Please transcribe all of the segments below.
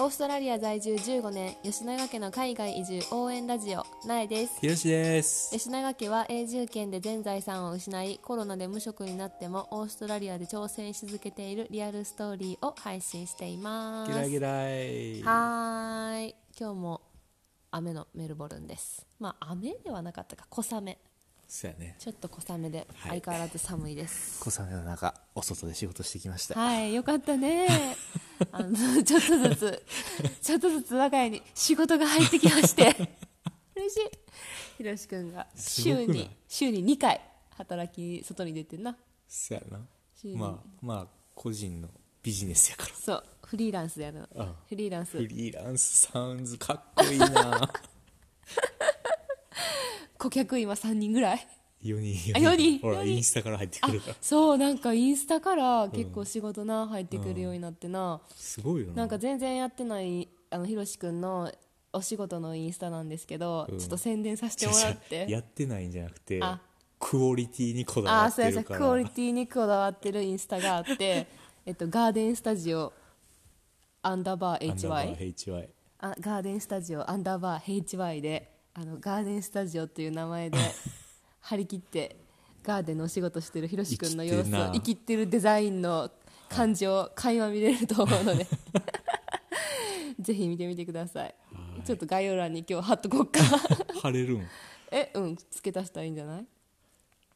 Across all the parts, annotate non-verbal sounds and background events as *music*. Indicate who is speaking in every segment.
Speaker 1: オーストラリア在住15年吉永家の海外移住応援ラジオなえです
Speaker 2: ひろしです。
Speaker 1: 吉永家は永住権で全財産を失いコロナで無職になってもオーストラリアで挑戦し続けているリアルストーリーを配信しています
Speaker 2: ゲラゲラ
Speaker 1: はーい今日も雨のメルボルンですまあ雨ではなかったか小雨
Speaker 2: そうやね。
Speaker 1: ちょっと小雨で
Speaker 2: はい
Speaker 1: 相変わらず寒いです、
Speaker 2: 小雨の中、お外で仕事してきました。
Speaker 1: はい、よかったね
Speaker 2: *laughs*
Speaker 1: あのちょっとずつちょっとずつ我が家に仕事が入ってきまして嬉しいひろしくんが
Speaker 2: すごく
Speaker 1: 週
Speaker 2: ない
Speaker 1: に週に2回働き外に出てんな
Speaker 2: そうやな
Speaker 1: し。
Speaker 2: まあ、まあ、個人のビジネスやから。
Speaker 1: そうフリーランスでやるの
Speaker 2: あ
Speaker 1: フリーランス
Speaker 2: フリーランスサウンズかっこ
Speaker 1: *laughs*
Speaker 2: いいな。
Speaker 1: 顧客今3人ぐらい
Speaker 2: 4人
Speaker 1: あ四人
Speaker 2: ほら、
Speaker 1: 四人
Speaker 2: インスタから入って
Speaker 1: あ
Speaker 2: くるから。
Speaker 1: そうなんかインスタから結構仕事な、入ってくるようになってな、
Speaker 2: すごいよな。
Speaker 1: なんか全然やってないあのひろしくんのお仕事のインスタなんですけど、
Speaker 2: うん
Speaker 1: ちょっと宣伝させて
Speaker 2: 違う
Speaker 1: も
Speaker 2: 違う、
Speaker 1: らって
Speaker 2: *laughs* やってないんじゃなくて
Speaker 1: あ、
Speaker 2: クオリティにこだ
Speaker 1: あ
Speaker 2: わ
Speaker 1: あ
Speaker 2: っ
Speaker 1: そう
Speaker 2: て
Speaker 1: やそう
Speaker 2: る
Speaker 1: や
Speaker 2: から。
Speaker 1: クオリティにこだわってるインスタがあ
Speaker 2: *laughs*
Speaker 1: って、えっと、ガーデンスタジオアンダーバー HY *laughs*
Speaker 2: HY。
Speaker 1: あガーデンスタジオアンダーバー HY であのガーデンスタジオっていう名前で
Speaker 2: *laughs*
Speaker 1: 張り切ってガーデンのお仕事してるひろし君の様子
Speaker 2: 生きてる
Speaker 1: を
Speaker 2: な
Speaker 1: 生きてるデザインの感じを垣間見れると思うので
Speaker 2: *laughs*
Speaker 1: *laughs* ぜひ見てみてくださいちょっと概要欄に今日貼っとこうか
Speaker 2: 晴れるん。
Speaker 1: えうん付け足したらいいんじゃない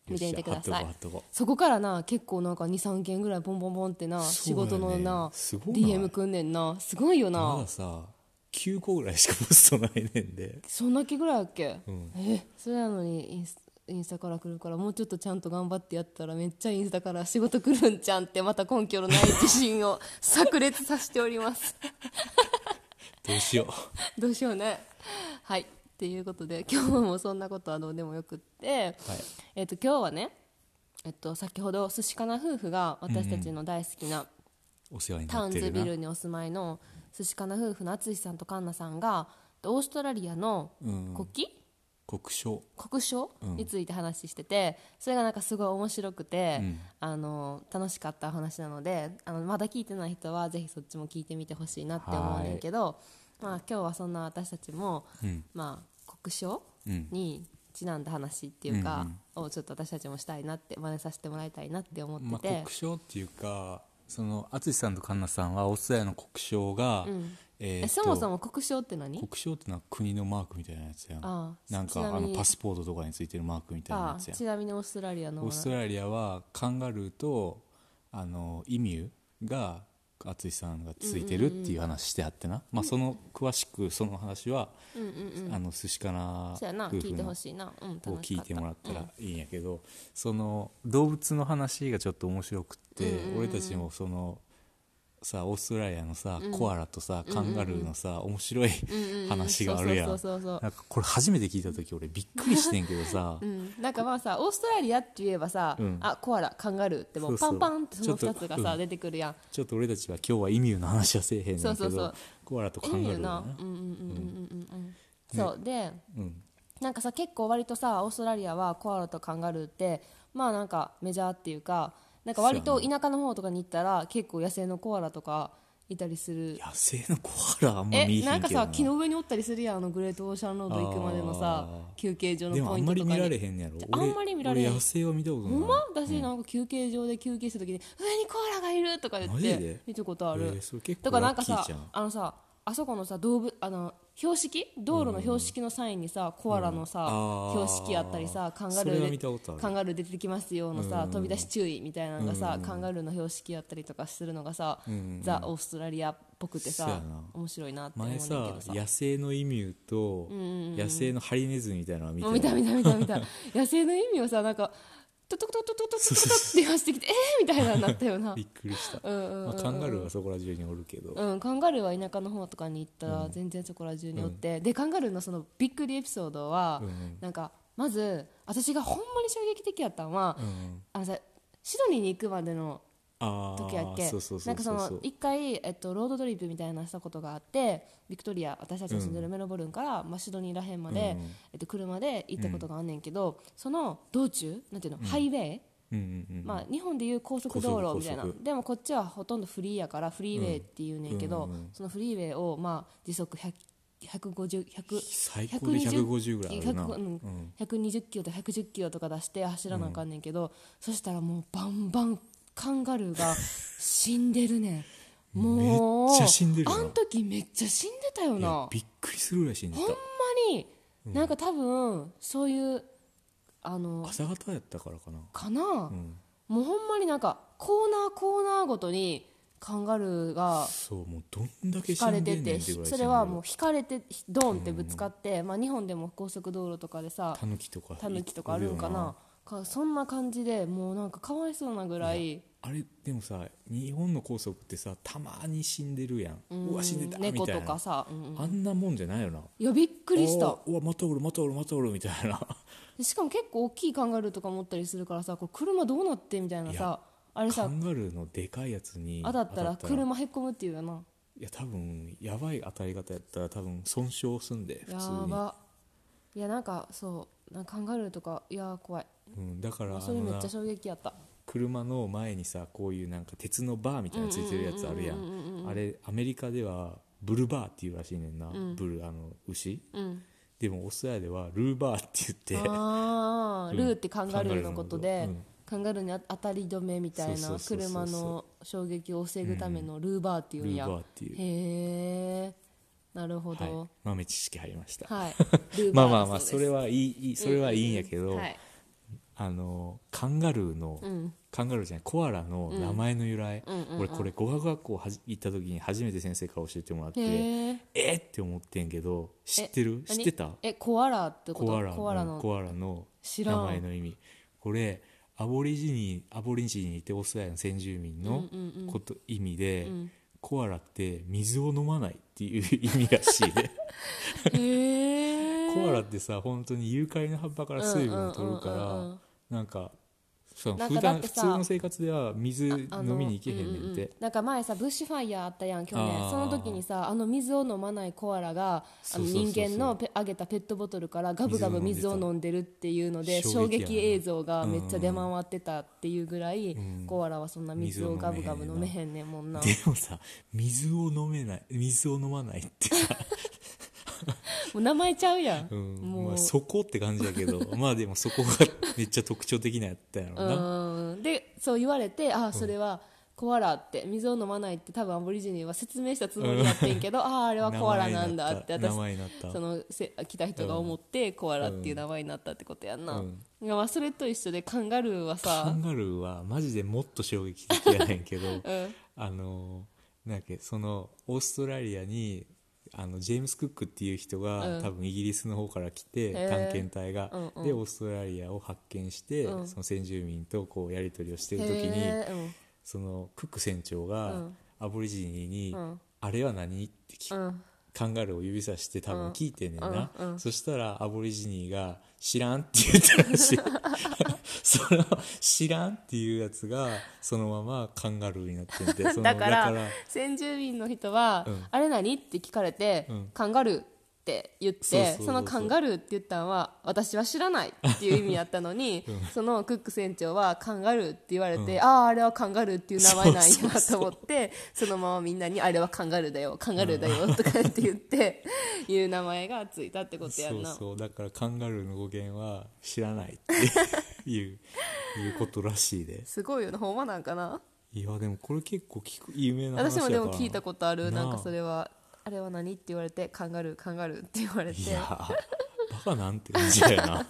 Speaker 1: 見てみてください
Speaker 2: よっしゃ貼っとこう貼っとこ
Speaker 1: そこからな結構なんか23件ぐらいボンボンボンってな、仕
Speaker 2: そうだよね
Speaker 1: 事のな
Speaker 2: すごない
Speaker 1: DM くんねんなすごいよ
Speaker 2: う。
Speaker 1: な、
Speaker 2: まださ、9個ぐらいしかポストないねんで。
Speaker 1: そんな気ぐらいだっけ、
Speaker 2: ん
Speaker 1: えそれなのにインスインスタから来るからもうちょっとちゃんと頑張ってやったらめっちゃインスタから仕事来るんちゃんってまた根拠のない自信を炸裂させております
Speaker 2: どうしよ
Speaker 1: *laughs*
Speaker 2: う。
Speaker 1: どうしようねはいっていうことで *laughs* 今日もそんなことはどうでもよくって、
Speaker 2: はい
Speaker 1: えっと今日はねえっと先ほど寿司かな夫婦が私たちの大好きな、
Speaker 2: お世話に
Speaker 1: タ
Speaker 2: な
Speaker 1: ウ
Speaker 2: っ
Speaker 1: ン
Speaker 2: て
Speaker 1: ズ
Speaker 2: る
Speaker 1: ビ
Speaker 2: な
Speaker 1: ルにお住まいの寿司かな夫婦の淳さんと環奈さんがオーストラリアの
Speaker 2: うん
Speaker 1: 国旗、
Speaker 2: 国書
Speaker 1: 国書について話してて、それがなんかすごい面白くて、あの楽しかったお話なのであのまだ聞いてない人はぜひそっちも聞いてみてほしいなって思うねんけど、まあ、今日はそんな私たちも、
Speaker 2: うん
Speaker 1: まあ、国書
Speaker 2: うん
Speaker 1: にちなんだ話っていうか、をちょっと私たちもしたいなって真似させてもらいたいなって思
Speaker 2: ま
Speaker 1: っ
Speaker 2: あ、
Speaker 1: てて
Speaker 2: 国、書っていうかその淳さんと環奈さんはオーストラリアの国書が、
Speaker 1: え
Speaker 2: えーっと
Speaker 1: そもそも国書って何
Speaker 2: 国書ってのは国のマークみたいなやつやん
Speaker 1: ああ
Speaker 2: なん
Speaker 1: ちな
Speaker 2: かあ
Speaker 1: みに
Speaker 2: のパスポートとかについてるマークみたいな
Speaker 1: あ
Speaker 2: やつやん
Speaker 1: ちなみにオーストラリアの
Speaker 2: オーストラリアはカンガルーとあのイミューが淳さんがついてるっていう話してあってな、まあ、その詳しくその話は、あの寿司かな
Speaker 1: そうやな
Speaker 2: 夫
Speaker 1: 聞い
Speaker 2: 婦
Speaker 1: てほ
Speaker 2: の
Speaker 1: しいな、うん、
Speaker 2: を
Speaker 1: 楽し
Speaker 2: 聞い
Speaker 1: かった
Speaker 2: てもらったらいいんやけど、その動物の話がちょっと面白くって、俺たちもそのさオーストラリアのさ、コアラとさカンガルーのさ、面白い話があるやん
Speaker 1: そ
Speaker 2: な
Speaker 1: うそうそうそうん
Speaker 2: かこれ初めて聞いた時俺びっくりしてんけど
Speaker 1: *laughs*
Speaker 2: さ、
Speaker 1: うん、なんかまあさオーストラリアって言えばさ、
Speaker 2: うん
Speaker 1: あコアラカンガルーってもう
Speaker 2: そう
Speaker 1: パ
Speaker 2: そ
Speaker 1: ン
Speaker 2: う
Speaker 1: パンってその
Speaker 2: ち
Speaker 1: 2
Speaker 2: ょっと
Speaker 1: つがさ、
Speaker 2: うん
Speaker 1: 出てくるやん
Speaker 2: ちょっと俺たちは今日はイミューの話はせえへんねんけど
Speaker 1: そうそうそう
Speaker 2: コアラと
Speaker 1: い
Speaker 2: カン
Speaker 1: い
Speaker 2: ガル
Speaker 1: よ
Speaker 2: ー
Speaker 1: な
Speaker 2: な
Speaker 1: うんうんうんうんうんうん、そうで
Speaker 2: うん
Speaker 1: なんかさ結構割とさオーストラリアはコアラとカンガルーってまあなんかメジャーっていうかなんか割と田舎の方とかに行ったら結構野生のコアラとかいたりする
Speaker 2: 野生のコアラあんま
Speaker 1: え
Speaker 2: 見えへんけど
Speaker 1: なんかさ木の上におったりするやんあのグレートオーシャンロード行くまでのさ
Speaker 2: あー
Speaker 1: 休憩所の
Speaker 2: でもあ
Speaker 1: ポイ
Speaker 2: ん
Speaker 1: ント
Speaker 2: まり
Speaker 1: とか
Speaker 2: 見ら
Speaker 1: に
Speaker 2: れへんねやろ
Speaker 1: あんまり見られへん
Speaker 2: 俺俺野生は見たことない
Speaker 1: ほんま私なんか休憩所で休憩した時に上にコアラがいるとか言っ
Speaker 2: マジ
Speaker 1: て
Speaker 2: で
Speaker 1: 見たことあ
Speaker 2: え
Speaker 1: る
Speaker 2: ーそれ結構
Speaker 1: とかなんか
Speaker 2: ラッ
Speaker 1: さ
Speaker 2: キーじゃん
Speaker 1: あのさあそこのさ動物あの標識道路の標識のサインにさコアラのさ
Speaker 2: うんあー
Speaker 1: 標識あったりさカンガル
Speaker 2: それは見たことあ
Speaker 1: ー
Speaker 2: る
Speaker 1: カンガルー出てきますよのさ飛び出し注意みたいなのがさカンガルーの標識あったりとかするのがさザ・オーストラリアっぽくて
Speaker 2: そうや
Speaker 1: さ
Speaker 2: な
Speaker 1: 面白いなって思うん
Speaker 2: 前
Speaker 1: だけ
Speaker 2: さ
Speaker 1: どさ
Speaker 2: 野生のイミューと野生のハリネズミみたいなのを見て
Speaker 1: もう見た見た見た見た *laughs* 野生の意味をさなんかトトトトトトトトトって言わせてきてえーみたいなのになったよ
Speaker 2: *laughs*
Speaker 1: な
Speaker 2: びっくりした、
Speaker 1: うんうんうんうん
Speaker 2: まあ、カンガルーはそこら中におるけど、
Speaker 1: うん、カンガルーは田舎の方とかに行ったら全然そこら中におって、でカンガルーのそのびっくりエピソードは、
Speaker 2: うん
Speaker 1: なんかまず私がほんまに衝撃的やったんは、
Speaker 2: うん
Speaker 1: あのさシドニーに行くまでの
Speaker 2: ああ
Speaker 1: 時やっけ
Speaker 2: そうそうそ
Speaker 1: なん
Speaker 2: う
Speaker 1: か
Speaker 2: そ
Speaker 1: そうの一回、えっと、ロードドリップみたいなのしたことがあってビクトリア私たちの住んでるメルボルンから、まあ、シドニーらへんまで、
Speaker 2: うん
Speaker 1: えっと、車で行ったことがあんねんけど、その道中なんていうの、ハイウェイ
Speaker 2: うんうんうん
Speaker 1: まあ、日本でいう高速道
Speaker 2: 高
Speaker 1: 路
Speaker 2: 速
Speaker 1: みたいな
Speaker 2: 高速
Speaker 1: でもこっちはほとんどフリーやからフリーウェイっていうねんけど、
Speaker 2: うんうんうん
Speaker 1: そのフリーウェイをまあ時速100 150 100
Speaker 2: 最高で150ぐらいあるな、
Speaker 1: 100うん
Speaker 2: うん
Speaker 1: 120キロとか110キロとか出して走らなあかんねんけど、そしたらもうバンバンカンガルーが死んでるねんもう
Speaker 2: めっちゃ死んでるな
Speaker 1: あん時めっちゃ死んでたよ
Speaker 2: いや
Speaker 1: な
Speaker 2: びっくりするぐらい死んで
Speaker 1: ほんま
Speaker 2: た
Speaker 1: に、なんか多分そういうあの
Speaker 2: 朝方やったからかな、
Speaker 1: かな、
Speaker 2: うん、
Speaker 1: もうほんまになんかコーナーコーナーごとにカンガルーが
Speaker 2: そうもうどんだけ
Speaker 1: 引
Speaker 2: 死
Speaker 1: かれ
Speaker 2: んで
Speaker 1: て
Speaker 2: んねん
Speaker 1: て
Speaker 2: ってぐらい
Speaker 1: それはもう引かれてドンってぶつかって、まあ、日本でも高速道路とかでさ
Speaker 2: タヌキとか
Speaker 1: タヌキとかあるんかなかそんな感じでもうなんかかわいそうなぐらい
Speaker 2: あれでもさ日本の高速ってさたまに死んでるやん、うわ死んでたみ
Speaker 1: 猫
Speaker 2: たい
Speaker 1: と
Speaker 2: な
Speaker 1: かさ、うんうん
Speaker 2: あんなもんじゃないよない
Speaker 1: やびっくりした
Speaker 2: おーうわまたおるまたおるまたおるみたいな
Speaker 1: でしかも結構大きいカンガルーとか持ったりするからさこれ車どうなってみたいないさ
Speaker 2: や
Speaker 1: あれ
Speaker 2: カ
Speaker 1: さ
Speaker 2: ンガルーのでかいやつに
Speaker 1: 当たったら車へっこむっていうよない
Speaker 2: や多分やばい当たり方やったら多分損傷すんで普
Speaker 1: や
Speaker 2: 通
Speaker 1: ー
Speaker 2: に、
Speaker 1: ばいやなんかそうなんかカンガルーとかいやー怖い
Speaker 2: うん、だからあ
Speaker 1: それ
Speaker 2: の
Speaker 1: めっ
Speaker 2: な
Speaker 1: ちゃ衝撃やった
Speaker 2: 車の前にさこういうなんか鉄のバーみたいなのついてるやつあるやんあれアメリカではブルバーっていうらしいねんな、ブルあの牛
Speaker 1: うん
Speaker 2: でもオーストラリアではルーバーって言って
Speaker 1: ああ
Speaker 2: うん
Speaker 1: ルーってカンガルーのことで
Speaker 2: うん
Speaker 1: カンガルーに当たり止めみたい
Speaker 2: そ
Speaker 1: な
Speaker 2: うそうそうそう
Speaker 1: 車の衝撃を防ぐためのルーバーってい
Speaker 2: ル
Speaker 1: うん
Speaker 2: ー
Speaker 1: や
Speaker 2: バーっていう、
Speaker 1: へえなるほ
Speaker 2: は
Speaker 1: ど
Speaker 2: い、豆知識入りました、 *laughs*
Speaker 1: はいルーバーだそうです
Speaker 2: まあまあまあそれはいいいいそれはいいんやけど、
Speaker 1: うんうんはい
Speaker 2: あのカンガルーの、
Speaker 1: うん
Speaker 2: カンガルーじゃないコアラの名前の由来、
Speaker 1: うんうんうんうん
Speaker 2: 俺これ語学学校はじ行った時に初めて先生から教えてもらってえ
Speaker 1: へえ
Speaker 2: ーって思ってんけど知ってる知ってた
Speaker 1: えコアラってこと
Speaker 2: コアラ
Speaker 1: コアラ
Speaker 2: うん
Speaker 1: の
Speaker 2: コアラの
Speaker 1: 知ら
Speaker 2: 名
Speaker 1: ん
Speaker 2: 前の意味これアボリジニアボリジニってオーストラリアの先住民の
Speaker 1: うんうんうん
Speaker 2: こと、意味で、
Speaker 1: ん
Speaker 2: コアラって水を飲まないっていう意味らしいで
Speaker 1: へえ
Speaker 2: コアラってさ本当にユーカリの葉っぱから水分を取るから、
Speaker 1: うんうんうんうんうん
Speaker 2: なんかその
Speaker 1: なんか
Speaker 2: 普
Speaker 1: だ
Speaker 2: 段
Speaker 1: って
Speaker 2: 普
Speaker 1: さ
Speaker 2: 通の生活では水飲
Speaker 1: あの
Speaker 2: みに行けへんねんっ
Speaker 1: う
Speaker 2: て
Speaker 1: うなんか前さブッシュファイヤーあったやん去
Speaker 2: あ
Speaker 1: 年
Speaker 2: ー
Speaker 1: その時にさあの水を飲まないコアラがあ
Speaker 2: そ
Speaker 1: の
Speaker 2: うそうそうそう
Speaker 1: 人間のペあげたペットボトルからガブガブ水
Speaker 2: 水
Speaker 1: を
Speaker 2: を飲んでた
Speaker 1: 飲んでるっていうので衝
Speaker 2: 衝撃やな
Speaker 1: 撃映像がめっちゃ出回ってたっていうぐらい
Speaker 2: ん
Speaker 1: コアラはそんな水を
Speaker 2: 水を
Speaker 1: ガ
Speaker 2: 飲め
Speaker 1: ブ
Speaker 2: へん
Speaker 1: ガブ飲めへんねんもんな
Speaker 2: でもさ水を飲めない水を飲まないってさ、
Speaker 1: もう名前ちゃうやん
Speaker 2: うん
Speaker 1: *laughs* もう
Speaker 2: まあ、そこって感じやけど
Speaker 1: *laughs*
Speaker 2: まあでもそこがめっちゃ特徴的なんやったんやろな、
Speaker 1: うんでそう言われてああそれはコアラって水を飲まないって多分アボリジニは説明したつもりやってんけどあああれはコアラなんだって私
Speaker 2: 名前になった名前になった
Speaker 1: そのせ来た人が思ってコアラっていう名前になったってことやんな、いやまあそれと一緒でカンガルーは
Speaker 2: カ
Speaker 1: さ
Speaker 2: ンガルーはマジでもっと衝撃的やねん
Speaker 1: *laughs*
Speaker 2: けど、
Speaker 1: ん
Speaker 2: あのなんだっけそのオーストラリアにあのジェームス・クックっていう人が、多分イギリスの方から来て
Speaker 1: ー
Speaker 2: 探検隊が、
Speaker 1: うんうん
Speaker 2: でオーストラリアを発見して、
Speaker 1: うん
Speaker 2: その先住民とこうやり取りをして
Speaker 1: へ
Speaker 2: る時に、
Speaker 1: えうん
Speaker 2: そのクック船長が、
Speaker 1: うん
Speaker 2: アボリジニに、
Speaker 1: うん
Speaker 2: あれは何?」って聞く
Speaker 1: うん
Speaker 2: カンガルーを指さして多分聞いてんねんな、
Speaker 1: うんうん
Speaker 2: そしたらアボリジニーが「知らん」って言ったらしい *laughs* その「知らん」っていうやつがそのままカンガルーになって
Speaker 1: *laughs*
Speaker 2: んてその
Speaker 1: だから先住民の人は「
Speaker 2: うん
Speaker 1: あれ何?」って聞かれて「
Speaker 2: うん
Speaker 1: カンガルー」って言って
Speaker 2: そうそうそうそう
Speaker 1: のカンガルーって言ったのは「私は知らない」っていう意味やったの
Speaker 2: *laughs*
Speaker 1: に、そのクック船長は「カンガルー」って言われて「あああれはカンガルーっていう名前なん
Speaker 2: そう
Speaker 1: や」と思ってそのままみんなに「あれはカンガルーだよカンガルーだよ」とかって言って、いう名前がついたってことや
Speaker 2: そ
Speaker 1: ん
Speaker 2: う
Speaker 1: な。
Speaker 2: そうだからカンガルーの語源は「知らない」っていう
Speaker 1: *laughs*
Speaker 2: いうことらしいです
Speaker 1: ごいよなほんまなんかない
Speaker 2: やでもこれ結構聞く有名な話
Speaker 1: 私
Speaker 2: や
Speaker 1: も
Speaker 2: か
Speaker 1: で
Speaker 2: ら
Speaker 1: も聞いたことあるな
Speaker 2: なあ
Speaker 1: んかそれは「あれは何?」って言われて「カンガルーカンガルー」って言われ
Speaker 2: い
Speaker 1: て
Speaker 2: やバカなんて感じだよ
Speaker 1: *laughs*
Speaker 2: な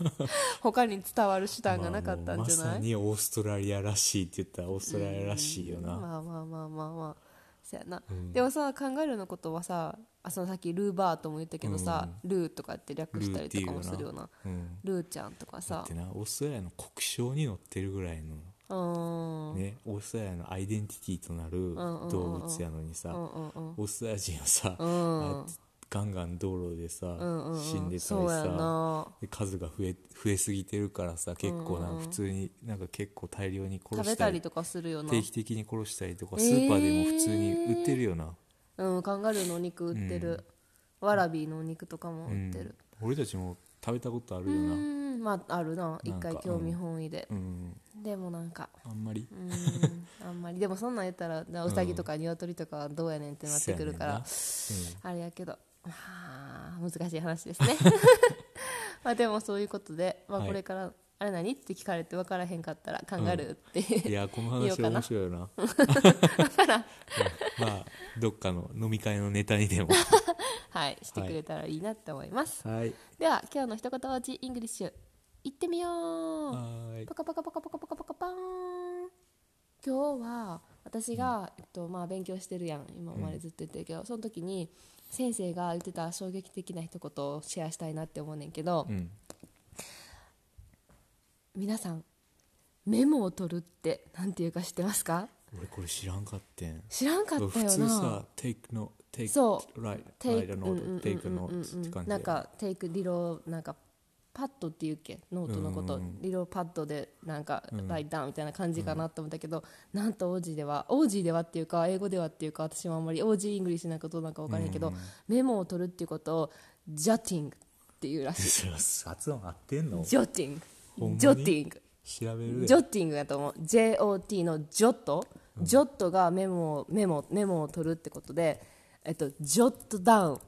Speaker 1: 他に伝わる手段がなかったんじゃ
Speaker 2: まあもうま
Speaker 1: な
Speaker 2: さ
Speaker 1: い、
Speaker 2: にオーストラリアらしいって言ったらオーストラリアらしいよ
Speaker 1: ま
Speaker 2: な、
Speaker 1: あまあまあまあまあそやな、でもさカンガルーのことはさあそのさっきルーバーとも言ったけどさ、ルーとかって略したりとかもするような
Speaker 2: うん、
Speaker 1: ルーちゃんとか
Speaker 2: だ
Speaker 1: さ
Speaker 2: ってなオーストラリアの国章に載ってるぐらいの、
Speaker 1: うーん、
Speaker 2: ね、オーストラリアのアイデンティティとなる動物やのにさ、
Speaker 1: うんうんうん
Speaker 2: オーストラリア人はさ、ああやってガンガン道路でさ、
Speaker 1: うんうんうん
Speaker 2: 死んでた
Speaker 1: そ
Speaker 2: り
Speaker 1: うやん
Speaker 2: さ
Speaker 1: な
Speaker 2: で数が増え増えすぎてるからさ結構なんか普通になんか結構大量に
Speaker 1: 食
Speaker 2: 殺
Speaker 1: べ
Speaker 2: したた
Speaker 1: り
Speaker 2: り
Speaker 1: とかするよな
Speaker 2: 定期的に殺したりとかスーパーでも普通に売ってるよな、
Speaker 1: うんカンガルーのお肉売ってる、ワラビーのお肉とかも売ってる
Speaker 2: 俺たちも食べたことあるよ
Speaker 1: う
Speaker 2: な、
Speaker 1: んまああるな一回興味本位で、
Speaker 2: うん、
Speaker 1: でもなんか
Speaker 2: あんまり
Speaker 1: うーんあんまりでもそんなん言ったらなうさぎとか鶏とかはどうやねんってなってくるから、
Speaker 2: そうやねんな
Speaker 1: あれやけどまあ難しい話です
Speaker 2: *laughs*
Speaker 1: ねまあでもそういうことで、まあ、
Speaker 2: はい
Speaker 1: これから、あれ何って聞かれて分からへんかったら考えるっていう、
Speaker 2: うん
Speaker 1: *laughs*
Speaker 2: いやこの
Speaker 1: いいよ
Speaker 2: 話
Speaker 1: かな
Speaker 2: 面白いよな
Speaker 1: *laughs*
Speaker 2: うんまあどっかの飲み会のネタにでも
Speaker 1: はいしてくれたらいいなって思います、
Speaker 2: はい
Speaker 1: では今日の一言おじイングリッシュ行ってみよう
Speaker 2: はい
Speaker 1: パカパカパカパカパカパカパーン今日は私が、えっとまあ、勉強してるやん今までずっと言ってるけど、その時に先生が言ってた衝撃的な一言をシェアしたいなって思うねんけど、
Speaker 2: うん
Speaker 1: 皆さんメモを取るってなんていうか知ってますか
Speaker 2: 俺これ知らんかってん
Speaker 1: 知らんかったよな
Speaker 2: 普通さ take no take
Speaker 1: そう
Speaker 2: right
Speaker 1: テイ
Speaker 2: right
Speaker 1: ク
Speaker 2: a
Speaker 1: うんうんうん
Speaker 2: note take
Speaker 1: う
Speaker 2: a
Speaker 1: んうん
Speaker 2: note って感じ
Speaker 1: なんかテイクリローなんかパッドっていうっけノートのこと、
Speaker 2: うんうん
Speaker 1: リローパッドでなんか
Speaker 2: うん
Speaker 1: ライターみたいな感じかなと思ったけど、なんとオージーではオージーではっていうか英語ではっていうか私もあんまりオージーイングリッシュなんかどうなんか分からへんけど、
Speaker 2: うんうん
Speaker 1: メモを取るっていうことをジョッティングっていうらしい
Speaker 2: 発音合ってんの
Speaker 1: ジョッティン
Speaker 2: ほん
Speaker 1: グ
Speaker 2: まに
Speaker 1: ジョッティング
Speaker 2: 調べるで
Speaker 1: ジョッティングやと思う JOT のジョット、ジョットがメモをメモメモを取るってことで、えっと、ジョットダウン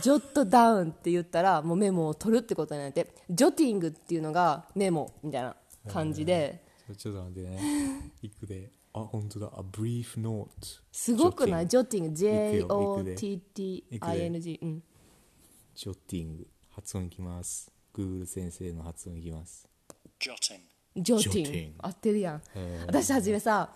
Speaker 1: ジョットダウンって言ったらもうメモを取るってことになってジョッティングっていうのがメモみたいな感じで
Speaker 2: ちょっと待ってねいくであ本当だ a brief note
Speaker 1: すごくない
Speaker 2: ジ
Speaker 1: ジョッティング
Speaker 2: 行くよ行
Speaker 1: JOTTING、うん、
Speaker 2: ョッティング発音いきます Google 先生の発音いきます
Speaker 1: ジョッテ
Speaker 2: ジョッテ
Speaker 1: ィ
Speaker 2: ィ
Speaker 1: ン
Speaker 2: ン
Speaker 1: グ
Speaker 2: グ
Speaker 1: 合ってるやん私初めさ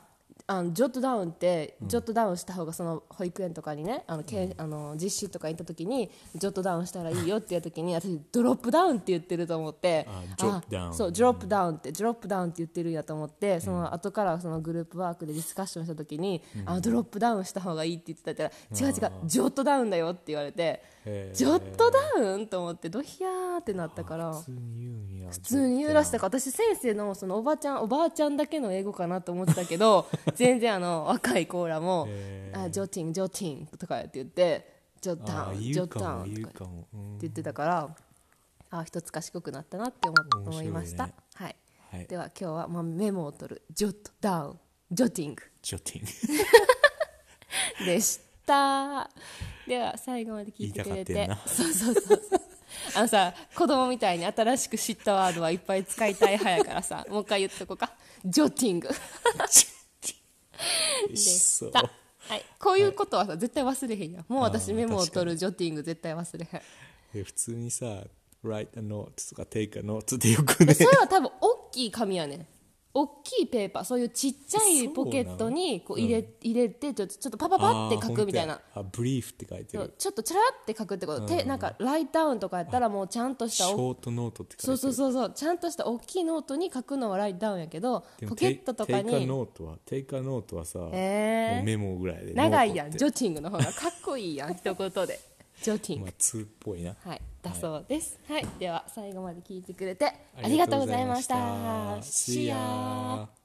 Speaker 1: あのジョットダウンってジョットダウンした方がその保育園とかにねあの、けん、あの実習とか行った時にジョットダウンしたらいいよってやった時に私ドロップダウンって言ってると思って
Speaker 2: あジョップダウン
Speaker 1: あそうジョロップダウンってジョロップダウンって言ってるんやと思ってその後からそのグループワークでディスカッションした時に、あのドロップダウンした方がいいって言ってたら違う違うジョットダウンだよって言われて
Speaker 2: へー
Speaker 1: ジョットダウンと思ってドヒヤーってなったから。
Speaker 2: 普通に言うんや普
Speaker 1: 普通に言うらしたから私先生のそのおばちゃんおばあちゃんだけの英語かなと思ってたけ
Speaker 2: *laughs*
Speaker 1: ど全然あの若い子らも「
Speaker 2: へ
Speaker 1: あジョッティングジョッティング」とかって言って「ジョッタ
Speaker 2: あ
Speaker 1: ウンジョ
Speaker 2: 言う
Speaker 1: ッ
Speaker 2: か
Speaker 1: タウ
Speaker 2: も
Speaker 1: ン」
Speaker 2: 言
Speaker 1: とか
Speaker 2: う
Speaker 1: って
Speaker 2: かも、うん
Speaker 1: 言ってたからあ一つ賢くなったなって思っ
Speaker 2: 面白
Speaker 1: 思
Speaker 2: い
Speaker 1: い
Speaker 2: ね
Speaker 1: ました、はい、
Speaker 2: はい
Speaker 1: では今日はまあメモを取る「ジョットダウン」「ジョッティング
Speaker 2: ジョッティング」
Speaker 1: でしたでは最後まで聞いてくれて
Speaker 2: 言いた
Speaker 1: *laughs*
Speaker 2: かっ
Speaker 1: そうそうそうそうあのさ子供みたいに新しく知ったワードはいっぱい使いたい派やからさもう一回言っとこうかジョッティング
Speaker 2: で
Speaker 1: で
Speaker 2: し
Speaker 1: し
Speaker 2: そう
Speaker 1: たはい、こういうことはさ絶対忘れへんやんもう私
Speaker 2: あー
Speaker 1: メモを
Speaker 2: 確かに
Speaker 1: 取るジョッティング絶対忘
Speaker 2: *laughs*
Speaker 1: れへん
Speaker 2: え普通にさ write a note とか take a note ってよくね
Speaker 1: それは多分大きい紙やねん大きいペーパーそういうちっちゃいポケットにこう入れ,、入れてちょっとちょっとパパパって書くみたいな
Speaker 2: あブリーフって書いて
Speaker 1: そう
Speaker 2: る
Speaker 1: ちょっとチャラって書くってこと、てなんかライタウンとかやったらもうちゃんとし
Speaker 2: シ
Speaker 1: た大
Speaker 2: ョートノートって
Speaker 1: そ
Speaker 2: 書
Speaker 1: う
Speaker 2: いて
Speaker 1: そう
Speaker 2: る
Speaker 1: そうそうちゃんとした大きいノートに書くのはライトダウンやけど
Speaker 2: でも
Speaker 1: ポケットとか
Speaker 2: take- take a
Speaker 1: に
Speaker 2: note は take a note はさ、
Speaker 1: えー
Speaker 2: もうメモぐらいで
Speaker 1: 長いやん
Speaker 2: ノー
Speaker 1: ジ
Speaker 2: トっ
Speaker 1: ョッティングの方がかっこいいやん一言
Speaker 2: *laughs*
Speaker 1: でジョッティ
Speaker 2: て
Speaker 1: ン
Speaker 2: ま
Speaker 1: グ
Speaker 2: あ通っぽいな
Speaker 1: はいだそうですはい、では最後まで聞いてくれてあり
Speaker 2: あ
Speaker 1: が
Speaker 2: りが
Speaker 1: と
Speaker 2: と
Speaker 1: う
Speaker 2: う
Speaker 1: ご
Speaker 2: ご
Speaker 1: ざ
Speaker 2: ざ
Speaker 1: い
Speaker 2: い
Speaker 1: ま
Speaker 2: ま
Speaker 1: し
Speaker 2: したた
Speaker 1: See ya